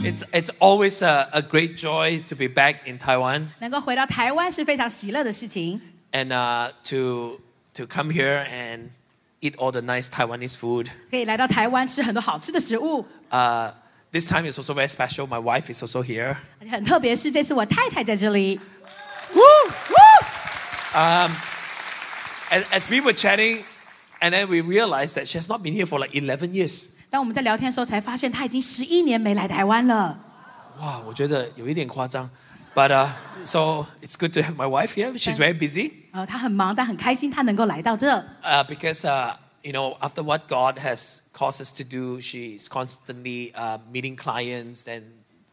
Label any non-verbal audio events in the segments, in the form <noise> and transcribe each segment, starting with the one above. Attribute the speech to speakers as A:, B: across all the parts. A: It's always a, a great joy to be back in Taiwan
B: 能够回到台湾是非常喜乐的事情。
A: and uh, to to come here and eat all the nice Taiwanese food.
B: 可以来到台湾吃很多好吃的食物，
A: Uh, this time is also very special. My wife is also here.
B: 而且很特别是这次我太太在这里。
A: And as we were chatting, and then we realized that she has not been here for like 11 years.
B: 当我们在聊天的时候，才发现她已经十一年没来台湾了。
A: Wow, 我觉得有一点夸张. But uh, so it's good to have my wife here. She's very busy
B: 呃，她很忙，但很开心她能够来到这。
A: uh, because uh, you know after what God has caused us to do, she's constantly uh, meeting clients and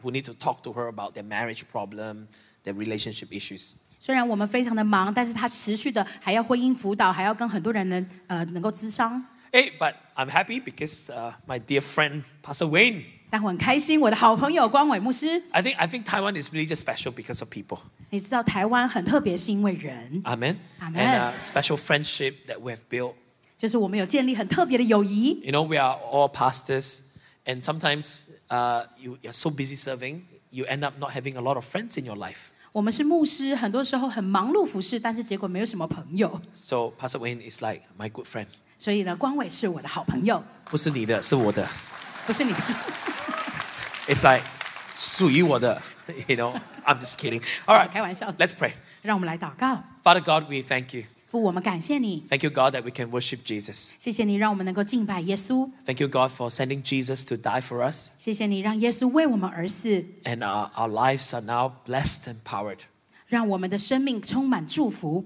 A: who need to talk to her about their marriage problem, their relationship issues.
B: 虽然我们非常的忙，但是她持续的还要婚姻辅导，还要跟很多人能呃能够咨商。
A: Hey, but I'm happy because uh, my dear friend Pastor Wayne.
B: 但我很开心，我的好朋友光伟牧师，
A: I think I think Taiwan is really just special because of people.
B: 你知道台湾很特别，是因为人，
A: Amen.
B: Amen.
A: And uh, special friendship that we have built.
B: 就是我们有建立很特别的友谊。
A: You know, we are all pastors, and sometimes uh, you, you're so busy serving, you end up not having a lot of friends in your life.
B: 我们是牧师，很多时候很忙碌服侍，但是结果没有什么朋友。
A: So Pastor Wayne is like my good friend.
B: 所以呢，光伟是我的好朋友，
A: 不是你的，是我的。
B: 不是你。
A: It's like 属于我的。You <laughs> know, I'm just kidding. All right,
B: 开玩笑的。
A: let's pray.
B: 让我们来祷告，
A: Father God, we thank you.
B: 父，我们感谢你，
A: Thank you, God, that we can worship Jesus.
B: 谢谢你让我们能够敬拜耶稣，
A: Thank you, God, for sending Jesus to die for us,
B: 谢谢你让耶稣为我们而死，
A: and our, our lives are now blessed and powered.
B: 让我们的生命充满祝福。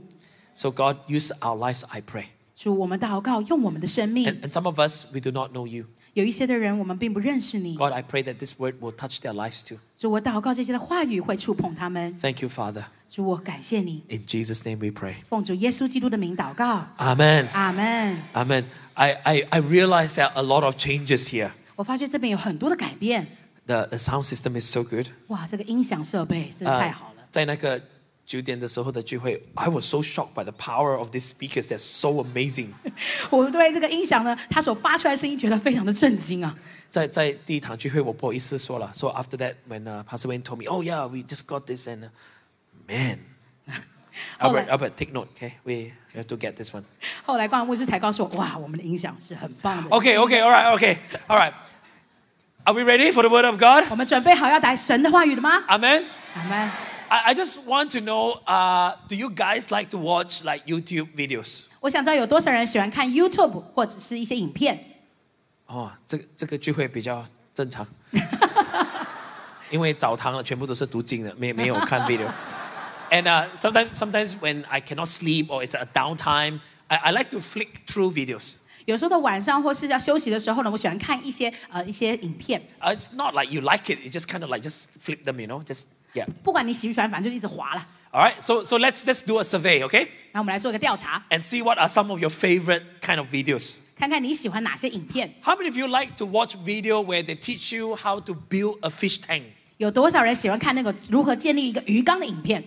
A: So, God, use our lives, I pray.
B: 主，我们祷告，用我们的生命。
A: And, and some of us, we do not know you.
B: 有一些的人，我们并不认识你。
A: God, I pray that this word will touch their lives too.
B: 主，我祷告这些的话语会触碰他们。
A: Thank you, Father.
B: 主，我感谢你。
A: In Jesus' name we pray.
B: 奉主耶稣基督的名祷告，
A: Amen.
B: 阿门。
A: Amen. I, I, I realize there are a lot of changes here.
B: 我发觉这边有很多的改变，
A: The, the sound system is so good.
B: 哇，这个音响设备真是太好了。
A: 在那个九点的时候的聚会, I was so shocked by the power of these speakers. They're so <laughs> amazing.
B: 我对这个音响呢，它所发出来的声音觉得非常的震惊啊。 <laughs>
A: 在在第一堂聚会，我不好意思说了。So after that, when uh, Pastor Wayne told me, "Oh yeah, we just got this," and uh, <laughs> man, Albert,
B: Alright.
A: Albert, take note. Okay, we we have to get this one.
B: 后来光牧师才告诉我，哇，我们的音响是很棒的。
A: Okay, okay, all right, okay, all right. Are we ready for the word of God?
B: 我们准备好要打神的话语了吗？
A: Amen.
B: 阿门。
A: I, I just want to know, uh, do you guys like to watch like YouTube videos?
B: 我想知道有多少人喜欢看 YouTube 或者是一些影片。
A: 哦，这个这个聚会比较正常，因为澡堂了全部都是读经的，没没有看 video。And uh, sometimes sometimes when I cannot sleep or it's a downtime, I, I like to flick through videos.
B: 有时候的晚上或是要休息的时候呢，我喜欢看一些呃一些影片，
A: Uh, it's not like you like it; you just kind of like just flip them, you know, just yeah.
B: 不管你喜不喜欢，反正就一直滑啦。
A: All right, so so let's let's do a survey, okay,
B: 然后我们来做一个调查，
A: and see what are some of your favorite kind of videos.
B: 看看你喜欢哪些影片。
A: How many of you like to watch video where they teach you how to build a fish tank?
B: 有多少人喜欢看那个如何建立一个鱼缸的影片？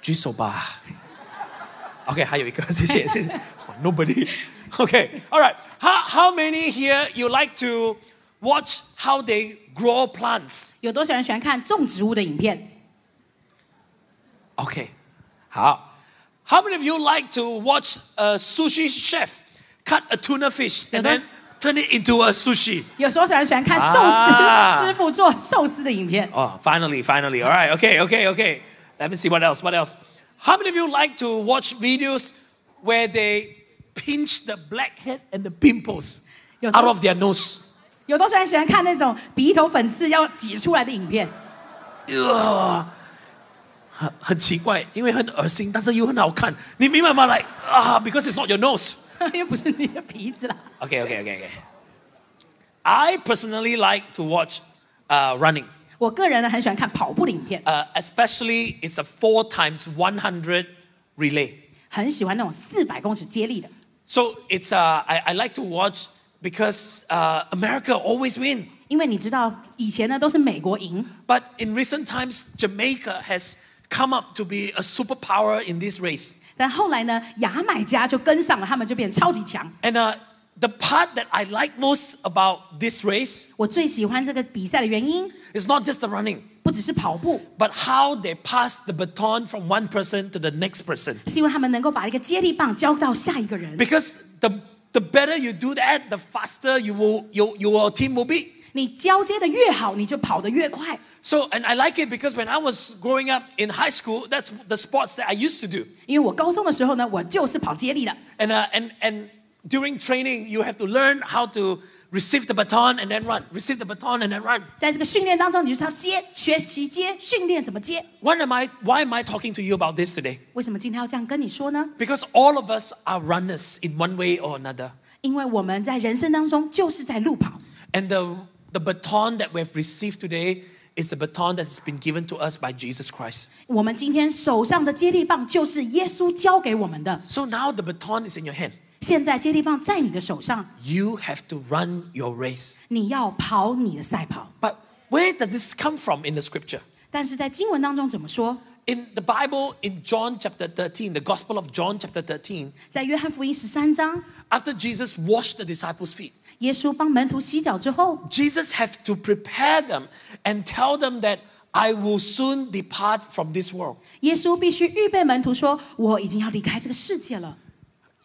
A: 举手吧。Okay, 还有一个，谢谢，谢谢。 <laughs> 哇 Nobody. <laughs> Okay, all right. How how many here you like to watch how they grow plants?
B: 有多少人喜欢看种植物的影片？
A: Okay, 好。How many of you like to watch a sushi chef cut a tuna fish and
B: 有多-
A: then turn it into a sushi?
B: 有多少人喜欢看寿司、
A: 啊
B: 师傅做寿司的影片？
A: Oh, finally, finally. All right. Okay, okay, okay. Let me see what else. What else? How many of you like to watch videos where they pinch the blackhead and the pimples
B: 有多-
A: out of their nose?
B: 有多少人喜欢看那种鼻头粉刺要挤出来的影片？ <laughs>
A: Ugh. <laughs> 很-很奇怪，因为很恶心，但是又很好看。你明白吗？Like, ah, because it's not your nose.
B: 又不是你的鼻子啦。
A: Okay, okay, okay, okay. I personally like to watch uh, running,
B: 我个人呢很喜欢看跑步的影片，
A: uh, especially it's a four times 100 relay.
B: 很喜欢那种四百公尺接力的。
A: So it's uh, I, I like to watch because uh, America always win.
B: 因为你知道，以前呢都是美国赢，
A: But in recent times, Jamaica has come up to be a superpower in this race.
B: 但后来呢，牙买加就跟上了，他们就变超级强。
A: And uh, The part that I like most about this race
B: 我最喜欢这个比赛的原因，
A: is not just the running,
B: 不只是跑步，
A: but how they pass the baton from one person to the next person.
B: 是因为他们能够把一个接力棒交到下一个人。
A: Because the the better you do that, the faster you will your your team will be.
B: 你交接的越好，你就跑得越快。
A: So and I like it because when I was growing up in high school, that's the sports that I used to do.
B: 因为我高中的时候呢，我就是跑接力的。
A: And uh, and and during training, you have to learn how to receive the baton and then run. Receive the baton and then run.
B: 在这个训练当中，你就是要接，学习接，训练怎么接。
A: Why am I why am I talking to you about this today?
B: 为什么今天要这样跟你说呢？
A: Because all of us are runners in one way or another.
B: 因为我们在人生当中就是在路跑，
A: And the the baton that we've received today is the baton that's been given to us by Jesus Christ.
B: 我们今天手上的接力棒就是耶稣交给我们的。
A: So now the baton is in your hand.
B: 现在接力棒在你的手上，
A: You have to run your race.
B: 你要跑你的赛跑。
A: But where does this come from in the scripture?
B: 但是在经文当中怎么说？
A: In the Bible, in John chapter 13, the Gospel of John chapter 13,
B: 在约翰福音十三章，
A: after Jesus washed the disciples' feet,
B: 耶稣帮门徒洗脚之后，
A: Jesus had to prepare them and tell them that I will soon depart from this world.
B: 耶稣必须预备门徒说：“我已经要离开这个世界了。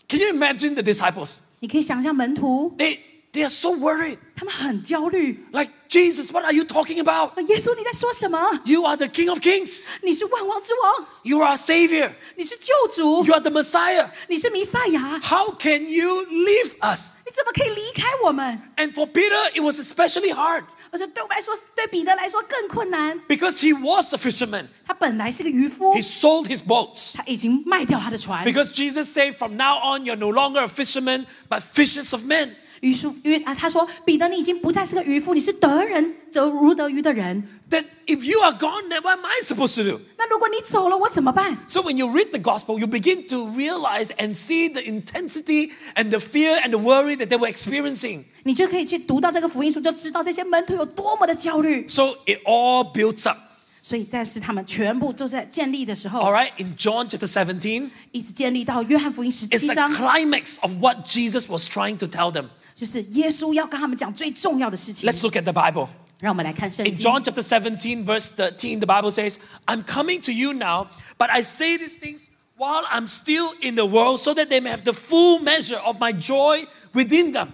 A: Can you imagine the disciples? ”
B: 你可以想象门徒
A: They they are so worried.
B: 他们很焦虑，
A: Like, Jesus, what are you talking about?
B: 说：“耶稣你在说什么？
A: You are the King of Kings.
B: 你是万王之王，
A: You are our Savior.
B: 你是救主，
A: You are the Messiah.
B: 你是弥赛亚，
A: How can you leave us?
B: 你怎么可以离开我们
A: And for Peter, it was especially hard？”
B: 而且对我们来说，对彼得来说更困难。
A: because he was a fisherman.
B: 他本来是个渔夫
A: He，sold his boats.
B: 他已经卖掉他的船。
A: Because Jesus said, From now on, you're no longer a fisherman, but fishers of men.
B: 于是约啊，他说：“彼得，你已经不再是个渔夫，你是得人得如得鱼的人。
A: That if you are gone, then what am I supposed to do?
B: 那如果你走了，我怎么办
A: So when you read the gospel, you begin to realize and see the intensity and the fear and the worry that they were experiencing.？”
B: 你就可以去读到这个福音书，就知道这些门徒有多么的焦虑。
A: So it all builds up.
B: 所以，但是他们全部都在建立的时
A: All
B: 候，
A: right, in John chapter 17,
B: 一直建立到约翰福音十
A: it's
B: 七
A: the
B: 章，
A: climax of what Jesus was trying to tell them.
B: 就是耶稣要跟他们讲最重要的事情。
A: Let's look at the Bible.
B: 让我们来看圣
A: In
B: 经
A: John chapter 17, verse 13, the Bible says, I'm coming to you now, but I say these things while I'm still in the world, so that they may have the full measure of my joy within them.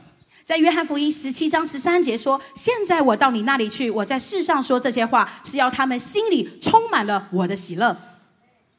B: 在约翰福音十七章十三节说：“现在我到你那里去，我在世上说这些话，是要他们心里充满了我的喜乐。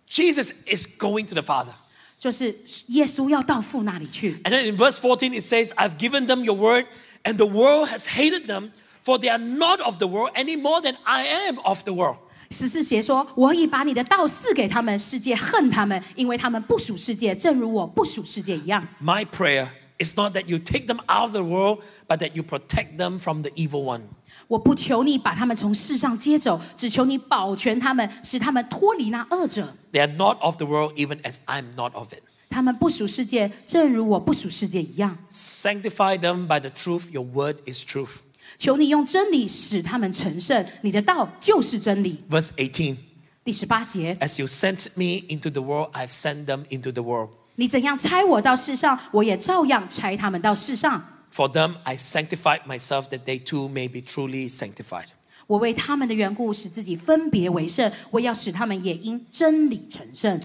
A: Jesus is going to the Father. ”
B: 就是耶稣要到父那里去。
A: And then in verse 14, it says, I've given them your word, and the world has hated them, for they are not of the world any more than I am of the world.
B: 十四节说：“我已把你的道赐给他们，世界恨他们，因为他们不属世界，正如我不属世界一样。
A: My prayer is not that you take them out of the world, but that you protect them from the evil one.
B: 我不求你把他们从世上接走，只求你保全他们，使他们脱离那恶者。
A: They are not of the world, even as I'm not of it.
B: 他们不属世界，正如我不属世界一样。
A: Sanctify them by the truth. Your word is truth.
B: 求你用真理使他们成圣，你的道就是真理。”
A: Verse 18
B: 第十八节，
A: As you sent me into the world, I've sent them into the world.
B: 你怎样差我到世上，我也照样差他们到世上。
A: For them, I sanctified myself that they too may be truly sanctified.
B: 我为他们的缘故，使自己分别为圣，我要使他们也因真理成圣。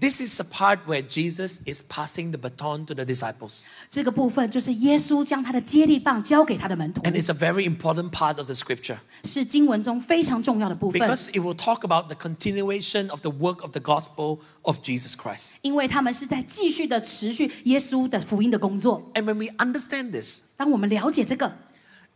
A: This is the part where Jesus is passing the baton to the disciples.
B: 这个部分就是耶稣将他的接力棒交给他的门徒，
A: And it's a very important part of the scripture
B: 是经文中非常重要的部分，
A: because it will talk about the continuation of the work of the gospel of Jesus Christ.
B: 因为他们是在继续的持续耶稣的福音的工作。
A: And when we understand this,
B: 当我们了解这个，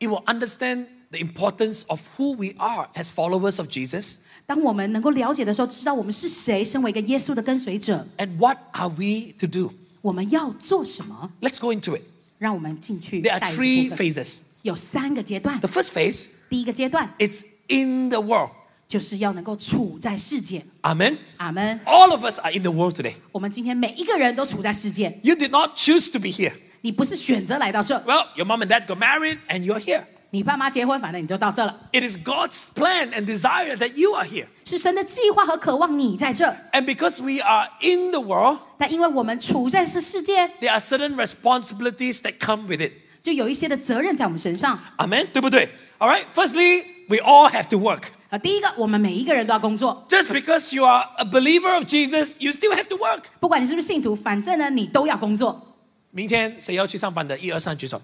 A: it will understand the importance of who we are as followers of Jesus
B: 当我们能够了解的时候，知道我们是谁，身为一个耶稣的跟随者，
A: and what are we to do.
B: 我们要做什么？
A: Let's go into it.
B: 让我们进去
A: There
B: 下
A: are
B: 一
A: three
B: 个部分。
A: phases.
B: 有三个阶段
A: The。first phase,
B: 第一个阶段
A: it's in the world.
B: 就是要能够处在世界。
A: Amen.
B: 阿门。
A: All of us are in the world today.
B: 我们今天每一个人都处在世界，
A: You did not choose to be here.
B: 你不是选择来到这，
A: Well, your mom and dad got married and you're here.
B: 你爸妈结婚，反正你就到这了。
A: It is God's plan and desire that you are here.
B: 是神的计划和渴望你在这儿，
A: And because we are in the world,
B: 但因为我们处在这世界，
A: there are certain responsibilities that come with it.
B: 就有一些的责任在我们身上。
A: Amen? 对不对? All right? Firstly, we all have to work.
B: 啊，第一个，我们每一个人都要工作，
A: Just because you are a believer of Jesus, you still have to work.
B: 不管你是不是信徒，反正呢，你都要工作。
A: 明天谁要去上班的？一二三，举手。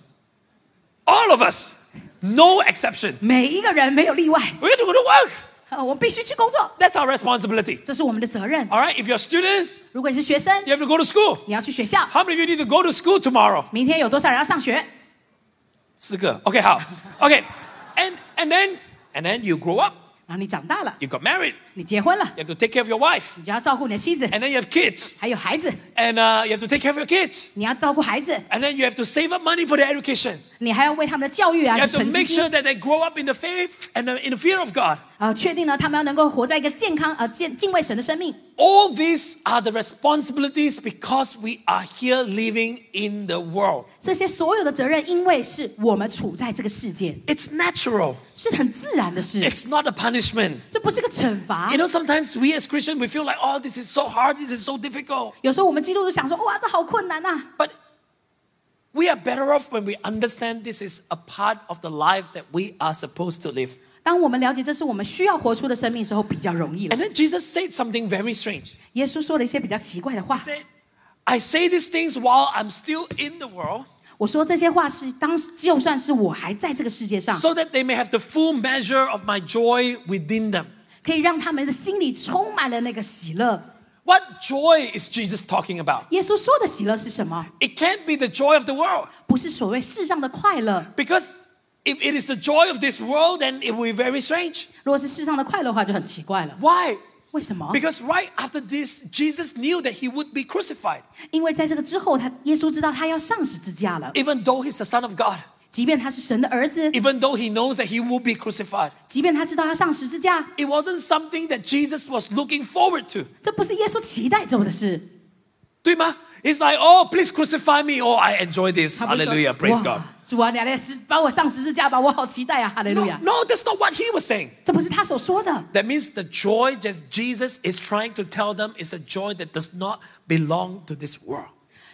A: All of us, no exception.
B: 每一个人没有例外，
A: We're going to work.
B: 呃，我们必须去工作，
A: That's our responsibility.
B: 这是我们的责任。
A: All right? If you're a student,
B: 如果你是学生
A: you，have to go to school.
B: 你要去学校。
A: How many of you need to go to school tomorrow?
B: 明天有多少人要上学？
A: 四个。Okay, 好。Okay. And, and then, and then you grow up.
B: 然后你长大了，
A: You got married.
B: 你结婚了，
A: You have to take care of your wife.
B: 你就要照顾你的妻子，
A: And then you have kids.
B: 还有孩子，
A: And uh, you have to take care of your kids.
B: 你要照顾孩子，
A: And then you have to save up money for their education.
B: 你还要为他们的教育
A: You
B: 啊
A: have
B: 去
A: to
B: 存积
A: make
B: 金
A: sure that they grow up in the faith and the, in the fear of God.
B: 啊，确定呢，他们要能够活在一个健康呃敬敬畏神的生命。
A: All these are the responsibilities because we are here living in the world.
B: 这些所有的责任，因为是我们处在这个世界，
A: It's natural.
B: 是很自然的事，
A: It's not a punishment.
B: 这不是个惩罚
A: You。know, sometimes we as Christians we feel like, oh, this is so hard, this is so difficult.
B: 有时候我们基督徒想说，哇，这好困难啊呐、
A: But we are better off when we understand this is a part of the life that we are supposed to live.
B: 当我们了解这是我们需要活出的生命的时候，比较容易了
A: And。then Jesus said something very strange.
B: 耶稣说了一些比较奇怪的话
A: He。said, I say these things while I'm still in the world,
B: 我说这些话是当时就算是我还在这个世界上，
A: so that they may have the full measure of my joy within them.
B: 可以让他们的心里充满了那个喜乐。
A: What joy is Jesus talking about?
B: 耶稣说的喜乐是什么？
A: It can't be the joy of the world.
B: 不是所谓世上的快乐。
A: Because if it is the joy of this world, then it will be very strange.
B: 如果是世上的快乐的话，就很奇怪了。
A: Why?
B: 为什么？
A: Because right after this, Jesus knew that he would be crucified,
B: 因为在这个之后，他耶稣知道他要上十字架了。
A: even though he's the Son of God,
B: 即便他是神的儿子，
A: even though he knows that he will be crucified.
B: 即便他知道要上十字架，
A: It wasn't something that Jesus was looking forward to.
B: 这不是耶稣期待做的事。
A: 对吗? It's like, oh, please crucify me. Oh, I enjoy this.
B: 他不是说
A: Hallelujah. Praise
B: 哇
A: God.
B: 主啊，你来十把我上十字架吧，我好期待啊！哈利路
A: No,
B: 亚。
A: no, that's not what he was saying.
B: 这不是他所说的，
A: That means the joy that Jesus is trying to tell them is a joy that does not belong to this world.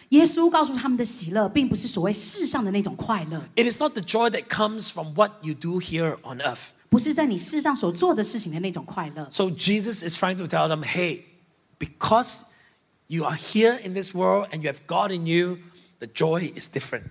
B: 耶稣告诉他们的喜乐，并不是所谓世上的那种快乐，
A: It is not the joy that comes from what you do here on earth.
B: 不是在你世上所做的事情的那种快乐。
A: So Jesus is trying to tell them, hey, because you are here in this world and you have God in you, the joy is different.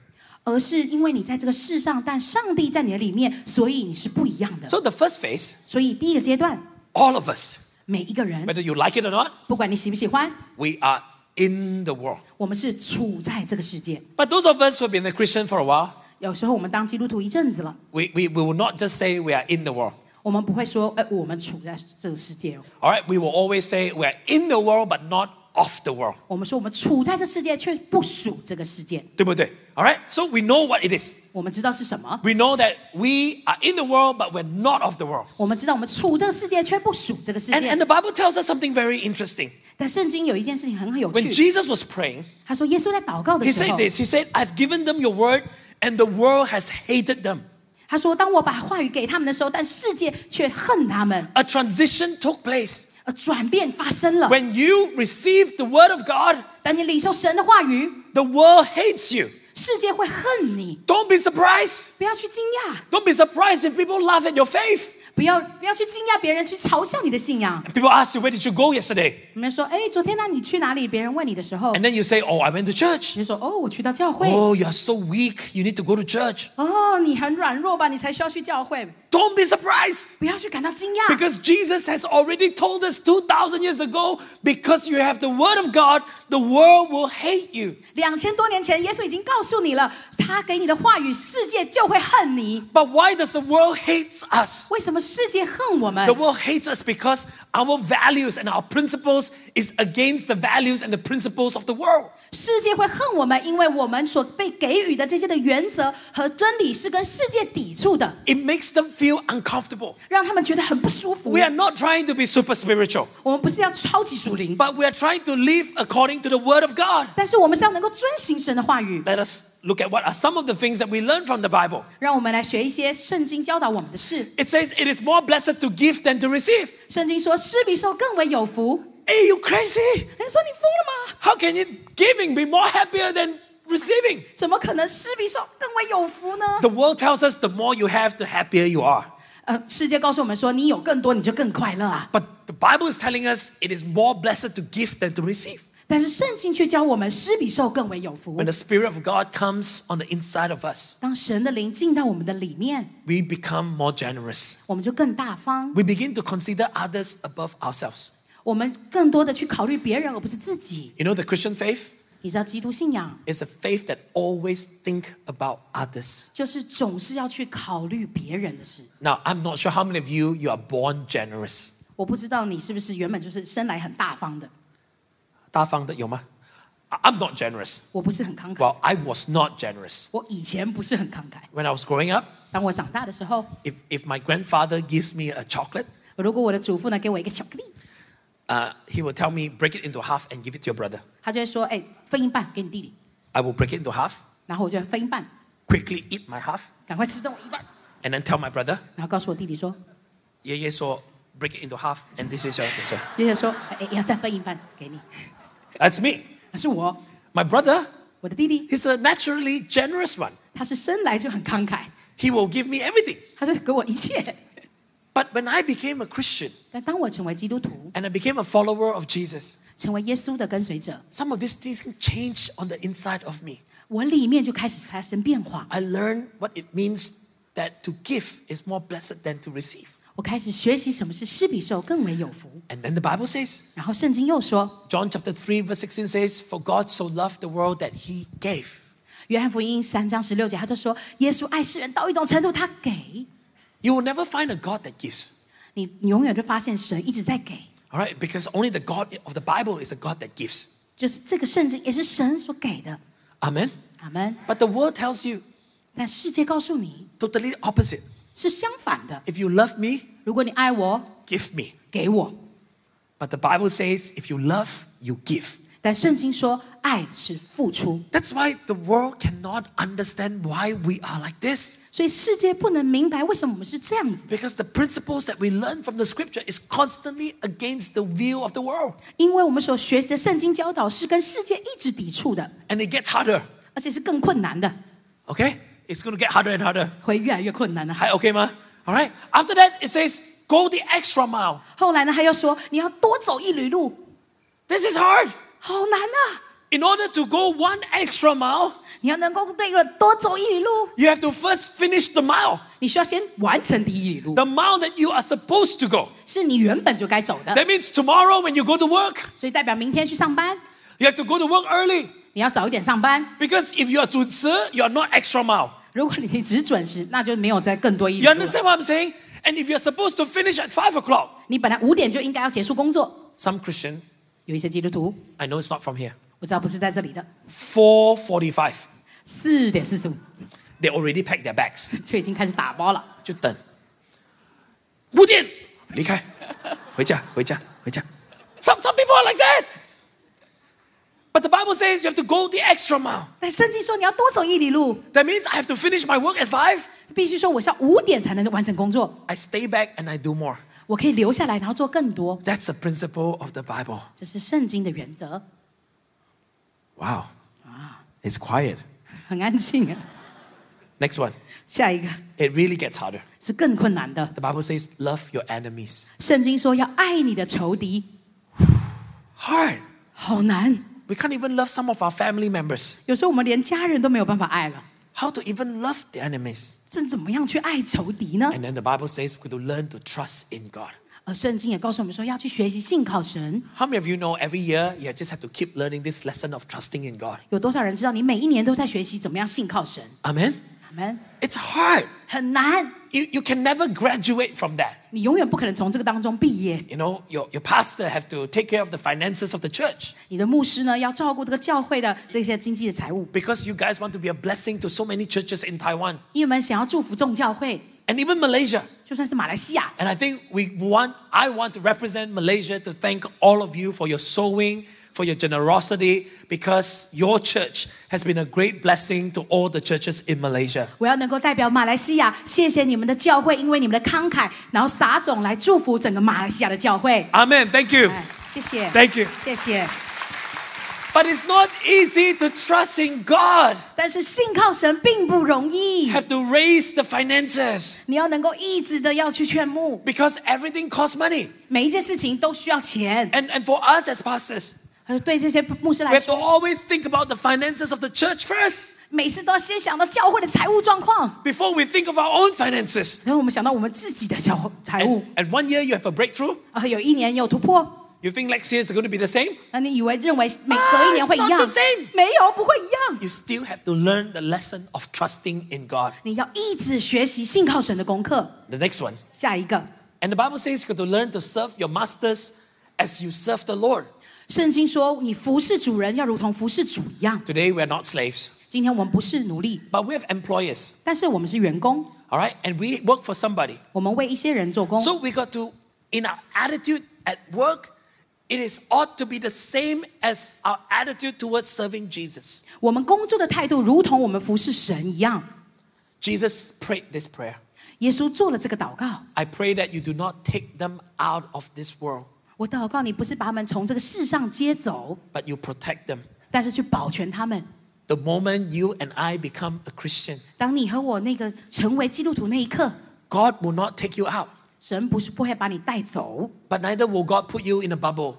B: 而是因为你在这个世上，但上帝在你的里面，所以你是不一样的。
A: So the first phase,
B: 所以第一个阶段，
A: all of us,
B: 每一个人，
A: whether you like it or not,
B: 不管你喜不喜欢，
A: we are in the world.
B: 我们是处在这个世界。
A: But those of us who have been a Christian for a while,
B: 有时候我们当基督徒一阵子了，
A: we, we, we will not just say we are in the world.
B: 我们不会说，哎、我们处在这个世界哦。
A: All right, we will always say we're in the world but not of the world.
B: 我们说我们处在这世界，却不属这个世界。
A: 对不对? All right, so we know what it is.
B: 我们知道是什么，
A: We know that we are in the world but we're not of the world.
B: 我们知道我们处这个世界，却不属这个世
A: And,
B: 界
A: and。the Bible tells us something very interesting.
B: 但圣经有一件事情很有
A: When
B: 趣，
A: Jesus was praying,
B: 他说耶稣在祷告的
A: he
B: 时
A: said
B: 候，
A: this He said, I've given them your word, and the world has hated them.
B: 他说当我把话语给他们的时候，但世界却恨他们。
A: A transition took place.
B: 呃，转变发生了。
A: When you received the word of God,
B: 当你领受神的话语，
A: the world hates you.
B: 世界会恨你。
A: Don't be surprised.
B: 不要去惊讶，
A: Don't be surprised if people laugh at your faith.
B: 不要不要去惊讶别人去嘲笑你的信仰。
A: And people ask you, Where did you go yesterday?
B: 你们说，哎，昨天呢、你去哪里？别人问你的时候，
A: And then you say, Oh, I went to church.
B: 你就说，哦，我去到教会。
A: Oh, you're so weak. You need to go to church.
B: 哦，你很软弱吧？你才需要去教会，
A: Don't be surprised.
B: 不要去感到惊讶，
A: Because Jesus has already told us 2,000 years ago because you have the Word of God, the world will hate you.
B: 两千多年前，耶稣已经告诉你了，他给你的话语，世界就会恨你。
A: But why does the world hate us?
B: 为什么世界恨我们
A: The？world hates us because our values and our principles is against the values and the principles of the world.
B: 世界会恨我们，因为我们所被给予的这些的原则和真理是跟世界抵触的。
A: It makes them feel uncomfortable.
B: 让他们觉得很不舒服
A: We。are not trying to be super spiritual,
B: 我们不是要超级属灵，
A: but we are trying to live according to the Word of God.
B: 但是我们是要能够遵行神的话语。
A: Let us look at what are some of the things that we learn from the Bible.
B: 让我们来学一些圣经教导我们的事。
A: It says it is more blessed to give than to receive.
B: 圣经说施比受更为有福。
A: Hey, you crazy?
B: 人说你疯了吗？
A: How can it giving be more happier than receiving?
B: 怎么可能施比受更为有福呢？
A: The world tells us the more you have, the happier you are.
B: 呃，世界告诉我们说，你有更多你就更快乐啊。
A: But the Bible is telling us it is more blessed to give than to receive.
B: 但是圣经却教我们施比受更为有福
A: When。the Spirit of God comes on the inside of us,
B: 当神的灵进到我们的里面，
A: we become more generous.
B: 我们就更大方，
A: We begin to consider others above ourselves.
B: 我们更多的去考虑别人而不是自己。
A: You know, the Christian faith
B: 你知道，基督信仰
A: is a faith that always think about others.
B: 就是总是要去考虑别人的事。
A: Now, I'm not sure how many of you you are born generous.
B: 我不知道你是不是原本就是生来很大方的，
A: 大方的有吗？I- I'm not generous.
B: 我不是很慷慨，
A: Well, I was not generous
B: 我以前不是很慷慨。
A: when I was growing up.
B: 当我长大的时候，
A: If if my grandfather gives me a chocolate,
B: 如果我的祖父呢给我一个巧克力，
A: uh, he will tell me break it into half and give it to your brother.
B: 他就会说：“哎，分一半给你弟弟。
A: I will break it into half, ”
B: 然后我就分一半，
A: quickly eat my half,
B: 赶快吃掉我一半，
A: and then tell my brother,
B: 然后告诉我弟弟说
A: yeah, yeah, so break it into half, and this is your answer.：“
B: 爷爷说，哎，哎要再分一半给你。
A: That's me. ”
B: 是我，
A: My brother,
B: 我的弟弟，
A: he's a naturally generous one.
B: 他是生来就很慷慨，
A: He will give me everything.
B: 他是给我一切。
A: But when I became a Christian
B: 但当我成为基督徒，
A: and I became a follower of Jesus,
B: 成为耶稣的跟随者，
A: some of these things changed on the inside of me.
B: 我里面就开始发生变化。
A: I learned what it means that to give is more blessed than to receive.
B: 我开始学习什么是施比受更为有福。
A: And then the Bible says,
B: 然后圣经又说，
A: John chapter 3, verse 16 says, For God so loved the world that he gave.
B: 约翰福音三章十六节，他就说，耶稣爱世人到一种程度，他给
A: You will never find a God that gives.
B: 你，你永远就发现神一直在给，
A: All right, because only the God of the Bible is a God that gives.
B: 就是这个圣经也是神所给的。
A: Amen.
B: 阿门。
A: But the world tells you
B: 但世界告诉你
A: totally opposite.
B: 是相反的。
A: If you love me,
B: 如果你爱我，
A: give me.
B: 给我。
A: But the Bible says, if you love, you give.
B: 但圣经说，爱是付出，
A: That's why the world cannot understand why we are like this.
B: 所以世界不能明白为什么我们是这样子，
A: Because the principles that we learn from the scripture is constantly against the view of the world.
B: 因为我们所学习的圣经教导是跟世界一直抵触的，
A: And it gets harder.
B: 而且是更困难的，
A: Okay? It's going to get harder and harder.
B: 会越来越困难的、
A: Hi, okay, ma? All right? After that, it says, go the extra mile.
B: 后来呢，他又说你要多走一里路，
A: This is hard.
B: 好难啊！
A: In order to go one extra mile,
B: 你要能够那个多走一里路，
A: you have to first finish the mile,
B: 你需要先完成第一里路，
A: the mile that you are supposed to go.
B: 是你原本就该走的，
A: That means tomorrow when you go to work,
B: 所以代表明天去上班，
A: you have to go to work early.
B: 你要早一点上班。
A: Because if you are 准时, you are not extra mile.
B: 如果你只准时，那就没有再更多一里
A: You
B: 路了。
A: understand what I'm saying? And if you're supposed to finish at five o'clock,
B: 你本来五点就应该要结束工作，
A: some Christian,
B: 有一些基督徒
A: I know it's not from here,
B: 我知道不是在这里的，
A: four forty-five,
B: 四点四十五
A: they already packed their bags.
B: 就已经开始打包了。
A: 就等五点离开，回家，回家，回家。Some some people are like that. But the Bible says you have to go the extra mile.
B: 但圣经说你要多走一里路，
A: That means I have to finish my work at five.
B: 必须说我是要五点才能完成工作，
A: I stay back and I do more.
B: 我可以留下来，然后做更多。
A: That's the principle of the Bible.
B: 这是圣经的原则，
A: Wow. It's quiet.
B: 很安静啊。
A: Next one.
B: 下一个
A: It really gets harder.
B: 是更困难的。
A: The Bible says, love your enemies.
B: 圣经说要爱你的仇敌，
A: Hard.
B: 好难。
A: We can't even love some of our family members.
B: 有时候我们连家人都没有办法爱了，
A: How to even love the enemies?
B: 这怎么样去爱仇敌呢？
A: And then the Bible says we to learn to trust in God.
B: 而呃圣经也告诉我们说要去学习信靠神。
A: How many of you know every year you just have to keep learning this lesson of trusting in God?
B: 有多少人知道你每一年都在学习怎么样信靠神？
A: Amen?
B: 阿门。
A: It's hard.
B: 很难，
A: You, you can never graduate from that.
B: 你永远不可能从这个当中毕业。
A: You know, your, your pastor have to take care of the finances of the church
B: 你的牧师呢，要照顾这个教会的这些经济的财务，
A: because you guys want to be a blessing to so many churches in Taiwan
B: 因为我们想要祝福众教会，
A: and even Malaysia.
B: 就算是马来西亚，
A: And I think we want, I want to represent Malaysia to thank all of you for your sowing, for your generosity because your church has been a great blessing to all the churches in Malaysia.
B: 我要能够代表马来西亚，谢谢你们的教会，因为你们的慷慨，然后撒种来祝福整个马来西亚的教会。
A: Amen. Thank you.
B: 哎，谢谢，
A: Thank you.
B: 谢谢。
A: But it's not easy to trust in God.
B: 但是信靠神并不容易
A: You，have to raise the finances
B: 你要能够一直的要去劝募，
A: because everything costs money.
B: 每一件事情都需要钱。
A: And, and for us as pastors,
B: 而对这些牧师
A: we
B: 来
A: have to
B: 说，
A: always think about the finances of the church first
B: 每次都要先想到教会的财务状况，
A: before we think of our own finances.
B: 然后我们想到我们自己的小财务
A: And,。and one year you have a breakthrough,
B: 啊，有一年有突破，
A: you think next year is going to be the same.
B: 那你以为认为每
A: 啊
B: 隔一年会一
A: Ah, it's
B: 样
A: not the same？
B: 没有，不会一样。
A: You still have to learn the lesson of trusting in God.
B: 你要一直学习信靠神的功课。
A: The next one.
B: 下一个，
A: And the Bible says you got to learn to serve your masters as you serve the Lord.
B: 圣经说，你服侍主人要如同服侍主一样。
A: Today we are not slaves,
B: 今天我们不是奴隶，
A: but we have employers.
B: 但是我们是员工，
A: All right, and we work for somebody.
B: 我们为一些人做工。
A: So we got to, in our attitude at work, it is ought to be the same as our attitude towards serving Jesus.
B: 我们工作的态度如同我们服侍神一样。
A: Jesus prayed this prayer.
B: 耶稣做了这个祷告，
A: I pray that you do not take them out of this world,
B: 我祷告你不是把他们从这个世上接走，
A: but you protect them.
B: 但是去保全他们。
A: The moment you and I become a Christian,
B: 当你和我那个成为基督徒那一刻，
A: God will not take you out,
B: 神不是不会把你带走，
A: but neither will God put you in a bubble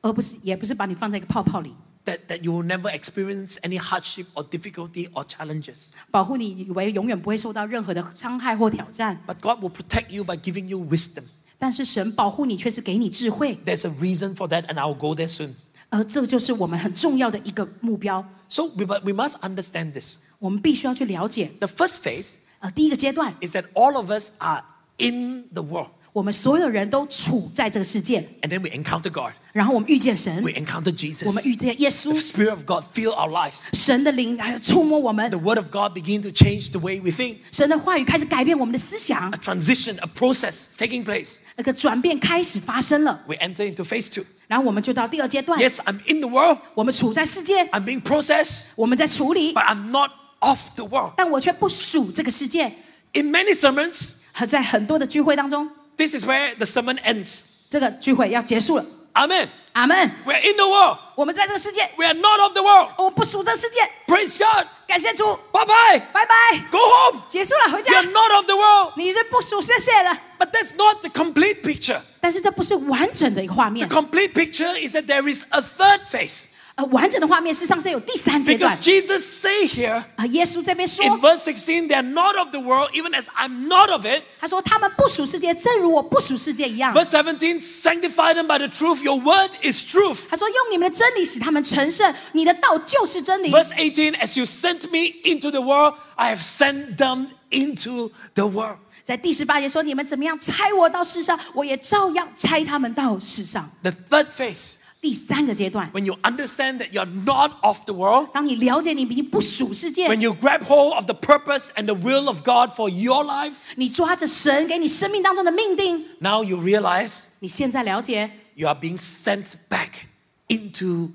B: 而不是也不是把你放在一个泡泡里，
A: that, that you will never experience any hardship or difficulty or challenges.
B: 保护你以为永远不会受到任何的伤害或挑战。
A: But God will protect you by giving you wisdom.
B: 但是神保护你却是给你智慧，
A: There's a reason for that, and I'll go there soon.
B: 而这就是我们很重要的一个目标。
A: So we, but we must understand this.
B: 我们必须要去了解。
A: The first phase
B: 呃，第一个阶段，
A: is that all of us are in the world,
B: 我们所有人都处在这个世界，
A: and then we encounter God,
B: 然后我们遇见神，
A: we encounter
B: 我们
A: Jesus.
B: 遇见耶
A: The
B: 稣，
A: Spirit of God fill our lives.
B: 神的灵来触摸我们
A: The，Word of God begin to change the way we think.
B: 神的话语开始改变我们的思想
A: A，transition, a process taking place.
B: 那个转变开始发生了，
A: We enter into phase two.
B: 然后我们就到第二阶段，
A: Yes, I'm in the world.
B: 我们处在世界，
A: I'm being processed,
B: 我们在处理，
A: but I'm not off the world.
B: 但我却不属这个世界。
A: In many sermons,
B: 和在很多的聚会当中，
A: this is where the sermon ends.
B: 这个聚会要结束了，
A: Amen.
B: 阿门。
A: We're in the world.
B: 我们在这个世界，
A: We are not of the world.
B: 我们不属这个世界，
A: Praise God.
B: 感谢主，
A: Bye bye.
B: 拜拜，
A: Go home.
B: 结束了，回家
A: We。are not of the world.
B: 你是不属这些的，
A: But that's not the complete picture.
B: 但是这不是完整的一个画
A: The
B: 面。
A: complete picture is that there is a third phase.
B: 呃，完整的画面事实上是有第三阶段
A: Because。Jesus say here
B: 啊，耶稣这边说，
A: in verse 16, they are not of the world, even as I'm not of it.
B: 他说他们不属世界，正如我不属世界一样。
A: Verse 17, sanctify them by the truth. Your word is truth.
B: 他说用你们的真理使他们成圣，你的道就是真理。
A: Verse 18, as you sent me into the world, I have sent them into the world.
B: 在第十八节说，你们怎么样猜我到世上，我也照样猜他们到世上。
A: The third phase,
B: 第三个阶段，
A: when you understand that you're not of the world,
B: 当你了解你已经不属世界，
A: when you grab hold of the purpose and the will of God for your life,
B: 你抓着神给你生命当中的命定，
A: now you realize
B: 你现在了解，
A: you are being sent back into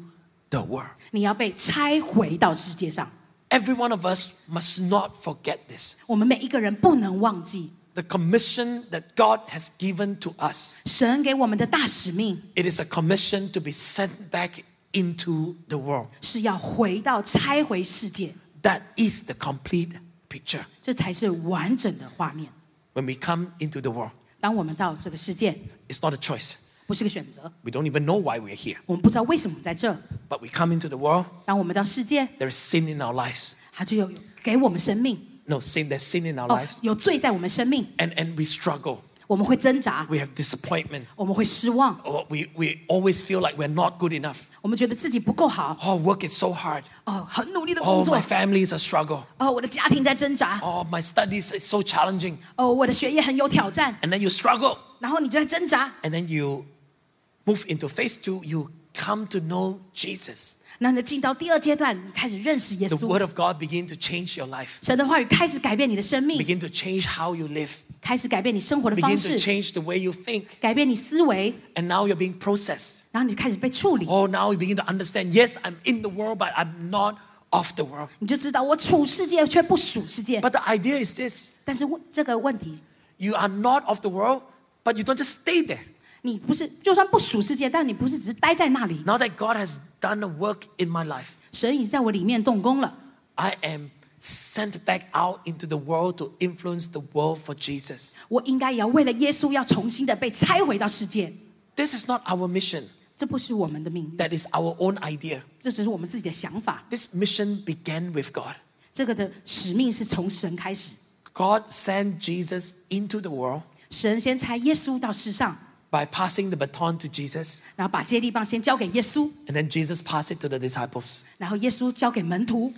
A: the world.
B: 你要被拆回到世界上。
A: Every one of us must not forget this.
B: 我们每一个人不能忘记
A: The commission that God has given to us,
B: 神给我们的大使命，
A: it is a commission to be sent back into the world.
B: 是要回到拆回世界，
A: That is the complete picture
B: 这才是完整的画面。
A: when we come into the world.
B: 当我们到这个世界，
A: It's not a choice.
B: 不是个选择，
A: We don't even know why we're here.
B: 我们不知道为什么在这。
A: But we come into the world,
B: 当我们到世界，
A: there is sin in our lives.
B: 它就有给我们生命，
A: No, sin, there's sin in our
B: 哦
A: lives.，
B: 有罪在我们生命，
A: and, and we struggle.
B: 我们会挣扎，
A: We have disappointment.
B: 我们会失望，
A: Or we, we always feel like we're not good enough.
B: 我们觉得自己不够好，
A: Oh, work is so hard.
B: 哦，很努力的工
A: Oh,
B: 作
A: my，family is a struggle.
B: 哦，我的家庭在挣扎，
A: Oh, my studies is so challenging.
B: 哦，我的学业很有挑战，
A: And then you struggle.
B: 然后你就在挣扎，
A: And then you move into phase two. You come to know Jesus.
B: 然后你进到第二阶段，你开始认识耶
A: The
B: 稣，
A: Word of God begin to change your life,
B: 神的话语开始改变你的生命，
A: begin to change how you live.
B: 开始改变你生活的
A: begin
B: 方
A: to
B: 式，
A: change the way you think.
B: 改变你思维，
A: And now you're being processed.
B: 然后你开始被处理，
A: Oh, now you begin to understand yes, I'm in the world, but I'm not of the world.
B: 你就知道我处世界却不属世界。
A: But the idea is this
B: 但是问这个问题，
A: you are not of the world, but you don't just stay there.
B: 你不是就算不属世界，但你不是只是待在那里，
A: Now that God has done a work in my life,
B: 神已经在我里面动工了。
A: I am sent back out into the world to influence the world for Jesus.
B: 我应该也要为了耶稣，要重新的被拆回到世界。
A: This is not our mission,
B: 这不是我们的命运，
A: that is our own idea.
B: 这只是我们自己的想法。
A: This mission began with God.
B: 这个的使命是从神开始，
A: God sent Jesus into the world
B: 神先差耶稣到世上，
A: by passing the baton to Jesus,
B: 然后把接力棒先交给耶稣，
A: and then Jesus passed it to the disciples.
B: 然后耶稣交给门徒。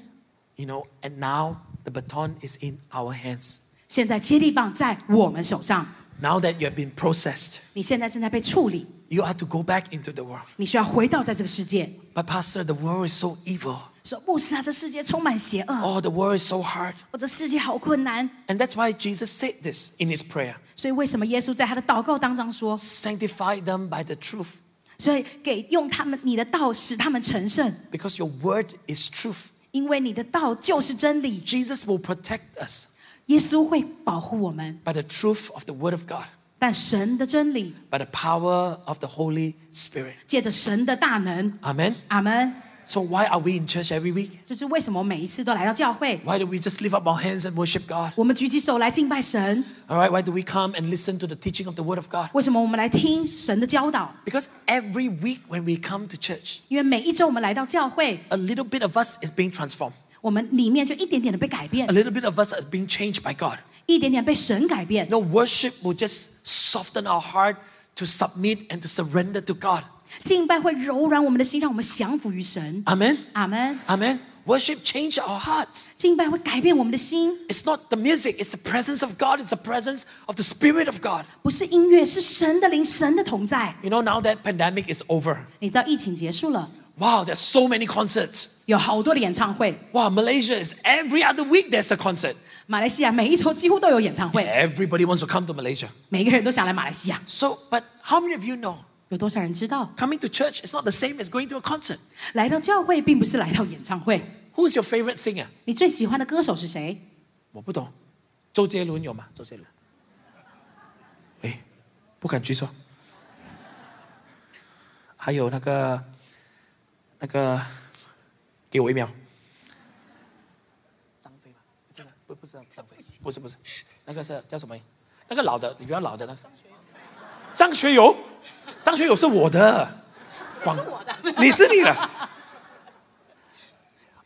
A: You know, and now the baton is in our hands.
B: 现在接力棒在我们手上，
A: Now that you have been processed,
B: 你现在正在被处理，
A: you are to go back into the world.
B: 你需要回到在这个世界。
A: But Pastor, the world is so evil.
B: 说牧师啊，这世界充满邪恶，
A: Oh, the world is so hard.
B: 我这世界好困难。
A: And that's why Jesus said this in his prayer.
B: 所以为什么耶稣在他的祷告当中说，
A: Sanctify them by the truth,
B: 所以给用他们你的道使他们成圣，
A: because your word is truth.
B: 因为你的道就是真理。
A: Jesus will protect us
B: 耶稣会保护我们，
A: by the truth of the word of God,
B: 但神的真理
A: by the power of the Holy Spirit.
B: 借着神的大能，
A: Amen.
B: 阿门。
A: So why are we in church every week?
B: 这是为什么我每一次都来到教会，
A: Why do we just lift up our hands and worship God?
B: 我们举起手来敬拜神。
A: All right, why do we come and listen to the teaching of the word of God?
B: 为什么我们来听神的教导？
A: Because every week when we come to church,
B: 因为每一周我们来到教会，
A: a little bit of us is being transformed.
B: 我们里面就一点点的被改变
A: A，little bit of us are being changed by God.
B: 一点点被神改变
A: You。know, worship will just soften our heart to submit and to surrender to God.
B: 敬拜会柔软我们的心，让我们降服于神。
A: Amen.
B: 阿门。
A: Amen. Worship changes our hearts.
B: 敬拜会改变我们的心，
A: It's not the music, it's the presence of God, it's the presence of the Spirit of God.
B: 不是音乐，是神的灵，神的同在。
A: You know, now that pandemic is over,
B: 你知道疫情结束了，
A: wow, there's so many concerts.
B: 有好多的演唱会，
A: Wow, Malaysia is every other week there's a concert.
B: 马来西亚每一周几乎都有演唱会，
A: Everybody wants to come to Malaysia.
B: 每个人都想来马来西亚。
A: So, but how many of you know
B: 有多少人知道，
A: coming to church is not the same as going to a concert?
B: 来到教会并不是来到演唱会？
A: Who's your favorite singer?
B: 你最喜欢的歌手是谁？
A: 我不懂，周杰伦有吗？周杰伦，哎，不敢举手。还有那个那个，给我一秒。张飞吗？这个不不是张飞，不是不是，那个是叫什么？那个老的，你不要老的那个。张学友，张学友是我的，是我的，你是你的。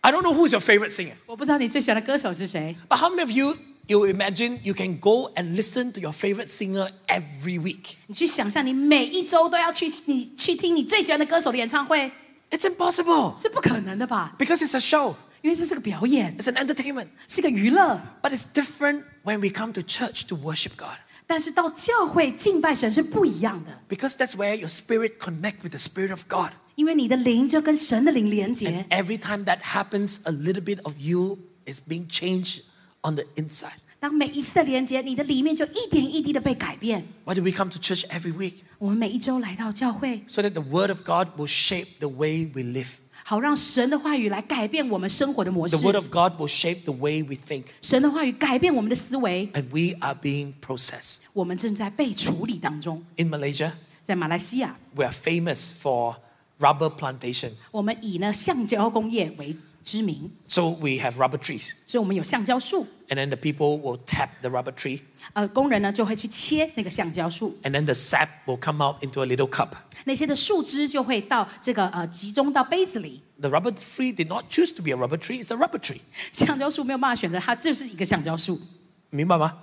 A: I don't know who's your favorite singer.
B: 我不知道你最喜欢的歌手是谁，
A: But how many of you you imagine you can go and listen to your favorite singer every week?
B: 你去想象你每一周都要去你去听你最喜欢的歌手的演唱会，
A: It's impossible
B: 是不可能的吧？
A: because it's a show,
B: 因为这是个表演，
A: it's an entertainment.
B: 是个娱乐。
A: But it's different when we come to church to worship God
B: 但是到教会敬拜神是不一样的，
A: because that's where your spirit connect with the spirit of God.
B: 因为你的灵就跟神的灵连接
A: And，every time that happens, a little bit of you is being changed on the inside.
B: 当每一次的连接，你的里面就一点一滴的被改变。
A: Why do we come to church every week?
B: 我们每一周来到教会，
A: So that the word of God will shape the way we live.
B: 好让神的话语来改变我们生活的模式
A: The，word of God will shape the way we think.
B: 神的话语改变我们的思维。
A: And we are being processed.
B: 我们正在被处理当中，
A: In Malaysia,
B: 在马来西亚，
A: we are famous for rubber plantation.
B: 我们以呢橡胶工业为知名，
A: So we have rubber trees,
B: 所以我们有橡胶树，
A: and then the people will tap the rubber tree,
B: 呃，工人呢就会去切那个橡胶树，
A: and then the sap will come out into a little cup.
B: 那些的树枝就会到这个呃集中到杯子里。
A: The rubber tree did not choose to be a rubber tree; it's a rubber tree.
B: 橡胶树没有办法选择，它就是一个橡胶树，
A: 明白吗?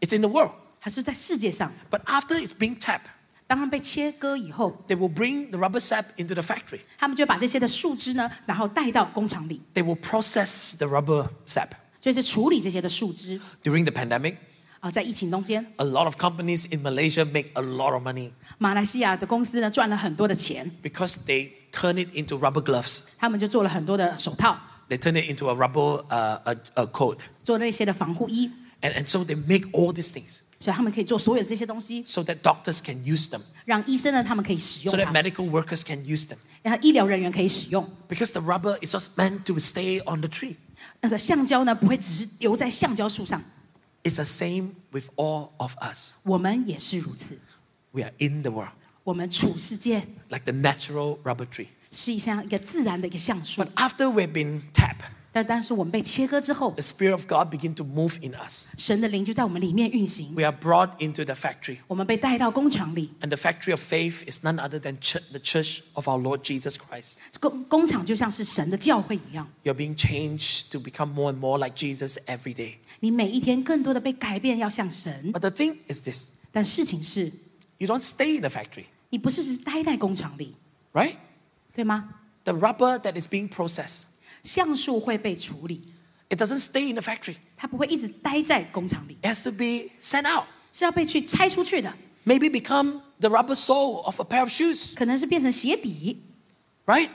A: It's in the world.
B: 它是在世界上。
A: But after it's being tapped,
B: 当它被切割以后，
A: they will bring the rubber sap into the factory.
B: 他们就把这些的树枝呢，然后带到工厂里，
A: They will process the rubber sap.
B: 就是处理这些的树枝。
A: During the pandemic,
B: 啊、在疫情中间，
A: a lot of companies in Malaysia make a lot of money
B: 马来西亚的公司呢赚了很多的钱，
A: because they turn it into rubber gloves.
B: 他们就做了很多的手套，
A: They turn it into a rubber uh, a, a coat.
B: 做了一些的防护衣，
A: And, and so they make all these things.
B: 所以他们可以做所有这些东西，
A: so that doctors can use them,
B: 让医生呢他们可以使
A: so
B: 用
A: that
B: 它，
A: medical workers can use them.
B: 然后医疗人员可以使用。
A: Because the rubber is not meant to stay on the tree.
B: 那个橡胶呢不会只是留在橡胶树上，
A: It's the same with all of us.
B: 我们也是如此。
A: We are in the world,
B: 我们处世界
A: like the natural rubber tree.
B: 是像一个自然的一个橡树
A: But，after we've been tapped,
B: 但但是我们被切割之后
A: the，Spirit of God begin to move in us.
B: 神的灵就在我们里面运行，
A: We are brought into the factory.
B: 我们被带到工厂里，
A: And the factory of faith is none other than chu- the church of our Lord Jesus Christ.
B: 工工厂就像是神的教会一样，
A: You're being changed to become more and more like Jesus every day.
B: 你每一天更多的被改变，要像神。
A: But the thing is this
B: 但事情是，
A: you don't stay in the factory,
B: 你不是只是待在工厂里，
A: right?
B: 对吗？
A: The rubber that is being processed,
B: 橡树会被处理，
A: it doesn't stay in the factory.
B: 它不会一直待在工厂里，
A: It has to be sent out.
B: 是要被去拆出去的，
A: Maybe become the rubber sole of a pair of shoes,
B: 可能是变成鞋底，
A: right?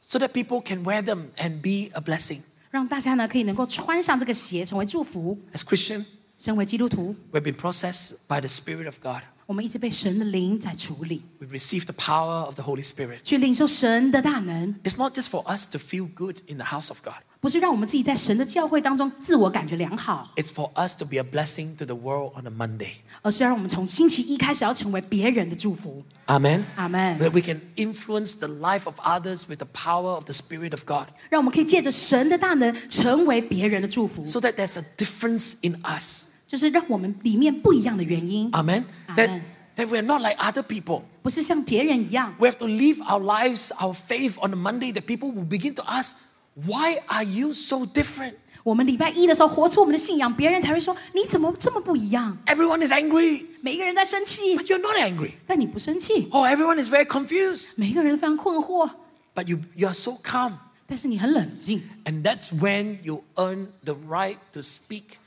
A: So that people can wear them and be a blessing.
B: 让大家呢可以能够穿上这个鞋，成为祝福。
A: As Christian,
B: 身为基督徒，
A: we've been processed by the Spirit of God.
B: 我们一直被神的灵在处理，
A: We receive the power of the Holy Spirit.
B: 去领受神的大能，
A: It's not just for us to feel good in the house of God.
B: 不是让我们自己在神的教会当中自我感觉良好，
A: It's for us to be a blessing to the world on a Monday.
B: 而是要让我们从星期一开始要成为别人的祝福。
A: Amen.
B: 阿门。
A: That we can influence the life of others with the power of the Spirit of God
B: 让我们可以借着神的大能成为别人的祝福，
A: so that there's a difference in us.
B: 就是让我们里面不一样的原因，
A: Amen. That,
B: Amen.
A: that we're not like other people.
B: 不是像别人一样。
A: We have to live our lives, our faith on a Monday that people will begin to ask, why are you so different?
B: 我们礼拜一的时候活出我们的信仰，别人才会说你怎么这么不一样？
A: Everyone is angry,
B: 每一个人在生气，
A: but you're not angry.
B: 但你不生气；
A: Oh, everyone is very confused,
B: 每一个人都非常困惑，
A: but you, you are so calm.
B: 但是你很冷静。
A: And that's when you earn the right to speak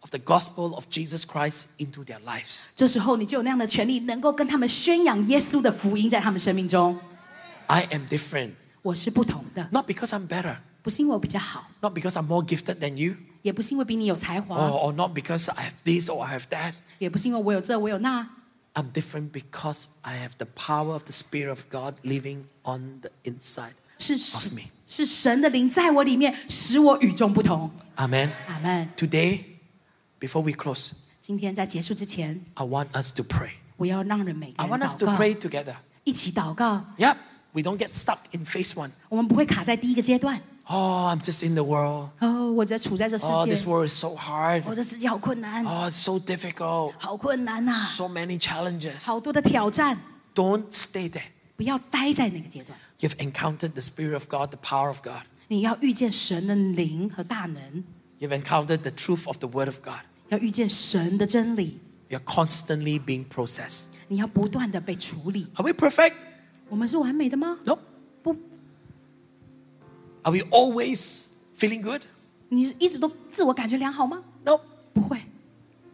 A: of the gospel of Jesus Christ into their lives.
B: 这时候你就有那样的权利，能够跟他们宣扬耶稣的福音在他们生命中。
A: I am different,
B: 我是不同的，
A: not because I'm better,
B: 不是因为我比较好，
A: not because I'm more gifted than you,
B: 也不是因为比你有才
A: or,
B: 华，
A: or not because I have this or I have that.
B: 也不是因为我有这我有那，
A: I'm different because I have the power of the Spirit of God living on the inside.
B: 是
A: Of me
B: 是神的灵在我里面，使我与众不同。
A: Amen.
B: 阿门。
A: Today, before we close,
B: 今天在结束之前，
A: I want us to pray.
B: 我要让人每个
A: I
B: 人
A: want us
B: 祷
A: to
B: 告，
A: pray together.
B: 一起祷告。
A: Yep, we don't get stuck in phase one.
B: 我们不会卡在第一个阶段。
A: Oh, I'm just in the world.
B: 哦，我在处在这世
A: Oh,
B: 界
A: this，world is so hard.
B: 我、这世界好困难，
A: Oh, it's so difficult.
B: 好困难呐、
A: So many challenges.
B: 好多的挑战，
A: Don't stay there.
B: 不要待在那个阶段。
A: You've encountered the Spirit of God, the power of God.
B: 你要遇见神的灵和大能，
A: You've encountered the truth of the Word of God.
B: 要遇见神的真理，
A: You're constantly being processed.
B: 你要不断的被处理。
A: Are we perfect?
B: 我们是完美的吗？
A: Nope.
B: 不，
A: Are we always feeling good?
B: 你一直都自我感觉良好吗？
A: Nope.
B: 不会，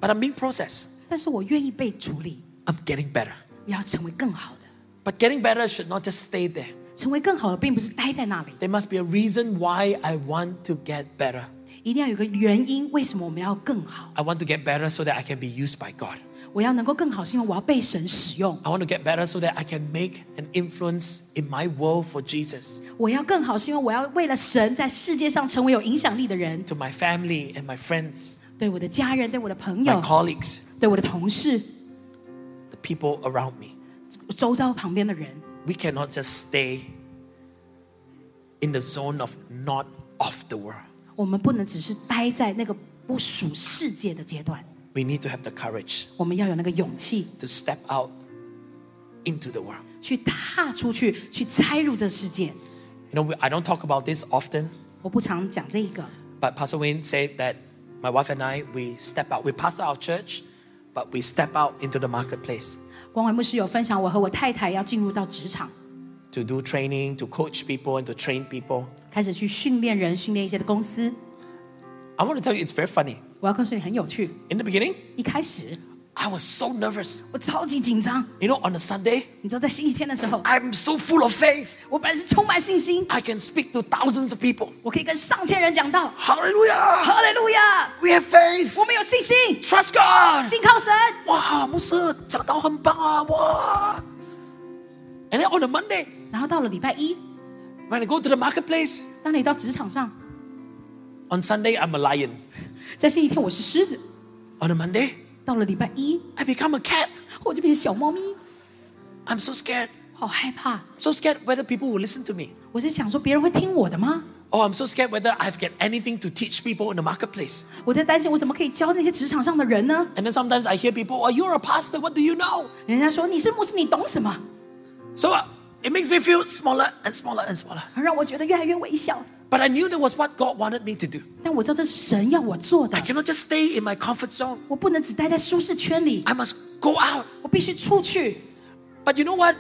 A: But I'm being processed.
B: 但是我愿意被处理，
A: I'm getting better.
B: 也要成为更好的。
A: But getting better should not just stay there.
B: 成为更好的，并不是待在那里，
A: There must be a reason why I want to get better.
B: 一定要有个原因，为什么我们要更好？
A: I want to get better so that I can be used by God.
B: 我要能够更好，是因为我要被神使用。
A: I want to get better so that I can make an influence in my world for Jesus,
B: 我要更好，是因为我要为了神在世界上成为有影响力的人，
A: to my family and my friends,
B: 对我的家人、对我的朋
A: my
B: 友、
A: colleagues,
B: 对我的同事、
A: the people around me.
B: 周遭旁边的人。
A: We cannot just stay in the zone of not of the world.
B: 我们不能只是待在那个不属世界的阶段，
A: We need to have the courage
B: 我们要有那个勇气
A: to step out into the world.
B: 去踏出去，去拆入这世界。
A: You know, we, I don't talk about this often,
B: 我不常讲这一个，
A: but Pastor Wayne said that my wife and I, we step out. We pastor our church, but we step out into the marketplace
B: 光伟牧师有分享，我和我太太要进入到职场，
A: to do training, to coach people, and to train people.
B: 开始去训练人，训练一些的公司。
A: I want to tell you, it's very funny.
B: 我要告诉你，很有趣。
A: In the beginning,
B: 一开始，
A: I was so nervous.
B: 我超级紧张。
A: You know, on a Sunday,
B: 你知道，在星期天的时候，
A: I'm so full of faith.
B: 我本来是充满信心，
A: I can speak to thousands of people.
B: 我可以跟上千人讲道。
A: Hallelujah!
B: 哈利路亚！
A: We have faith.
B: 我们有信心，
A: Trust God.
B: 信靠神。
A: 哇，牧师讲到很棒啊，哇！And then on a Monday,
B: 然后到了礼拜一，
A: when I go to the marketplace,
B: 当你到职场上，
A: on Sunday I'm a lion.
B: 在星期天我是狮子，
A: On a Monday,
B: 到了礼拜一
A: I become a cat.
B: 我就变成小猫咪，
A: I'm so scared.
B: 好害怕。
A: I'm so scared whether people will listen to me.
B: 我是想说，别人会听我的吗？
A: Oh, I'm so scared whether I've got anything to teach people in the marketplace.
B: 我在担心，我怎么可以教那些职场上的人呢？
A: And then sometimes I hear people, "Oh, you're a pastor. What do you know?"
B: 人家说你是牧师，你懂什么？
A: So uh, it makes me feel smaller and smaller and smaller.
B: 让我觉得越来越微小。
A: But I knew that was what God wanted me to do.
B: 但我知道这是神要我做
A: I
B: 的，
A: cannot just stay in my comfort zone.
B: 我不能只待在舒适圈里，
A: I must go out.
B: 我必须出去。
A: But you know what?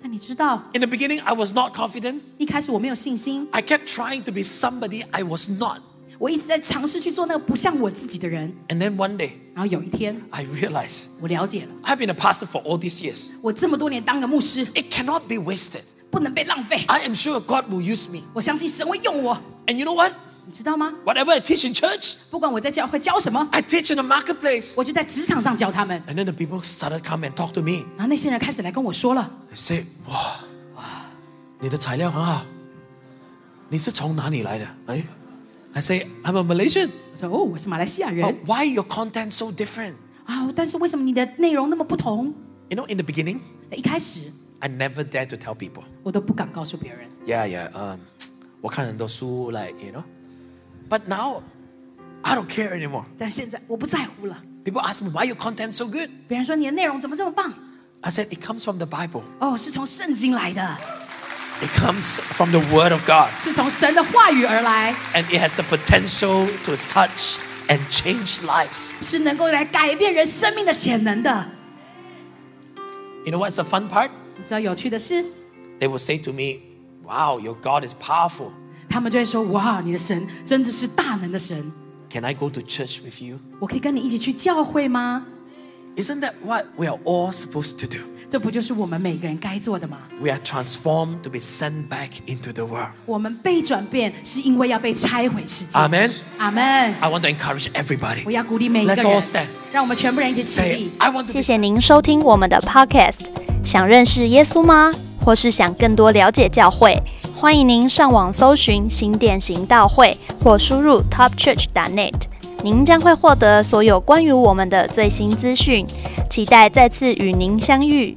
B: 但你知道，
A: In the beginning, I was not confident.
B: 一开始我没有信心，
A: I kept trying to be somebody I was not.
B: 我一直在尝试去做那个不像我自己的人。
A: And then one day,
B: 然后有一天，
A: I realized
B: 我了解了，
A: I've been a pastor for all these years.
B: 我这么多年当个牧师，
A: It cannot be wasted.
B: 不能被浪费。
A: I am sure God will use me.
B: 我相信神会用我，
A: And you know what?
B: 你知道吗？
A: Whatever I teach in church,
B: 不管我在教会教什么，
A: I teach in the marketplace.
B: 我就在职场上教他们。
A: And then the people started come and talk to me.
B: 然后那些人开始来跟我说了
A: They say, "Wow, 你的材料很好。你是从哪里来的？哎。" I say, I'm a Malaysian.：“
B: 我说哦，我是马来西亚人
A: But why your content so different?
B: 啊，但是为什么你的内容那么不同
A: You know, in the beginning,？”
B: 一开始
A: I never dare to tell people.
B: 我都不敢告诉别人，
A: yeah, yeah, um, 我看很多书, like, you know. But now, I don't care anymore.
B: 但现在我不在乎了。
A: People ask me, why your content so good?
B: 别人说你的内容怎么这么棒？
A: I said, it comes from the Bible.
B: 哦，是从圣经来的，
A: It comes from the Word of God.
B: 是从神的话语而来，
A: And it has the potential to touch and change lives.
B: 是能够来改变人生命的潜能的。
A: You know what's the fun part?
B: 你知道有趣的是，
A: They will say to me, wow, your God is powerful.
B: 他们就会说：“哇，你的神真的是大能的神，
A: Can I go to church with you?
B: 我可以跟你一起去教会吗
A: Isn't that what we are all supposed to do?？”
B: 这不就是我们每个人该做的吗？
A: We are transformed to be sent back into the world.
B: 我们被转变是因为要被拆毁世界。
A: Amen.
B: 阿门。
A: I want to encourage everybody.
B: 我要鼓励每一个
A: Let's all
B: 人
A: stand.，
B: 让我们全部人一起起
A: Say,
B: 立。
A: I want to
C: 谢
A: be
C: 谢您收听我们的 Podcast。想认识耶稣吗？或是想更多了解教会？欢迎您上网搜寻新典行道会，或输入 topchurch.net。您将会获得所有关于我们的最新资讯。期待再次与您相遇。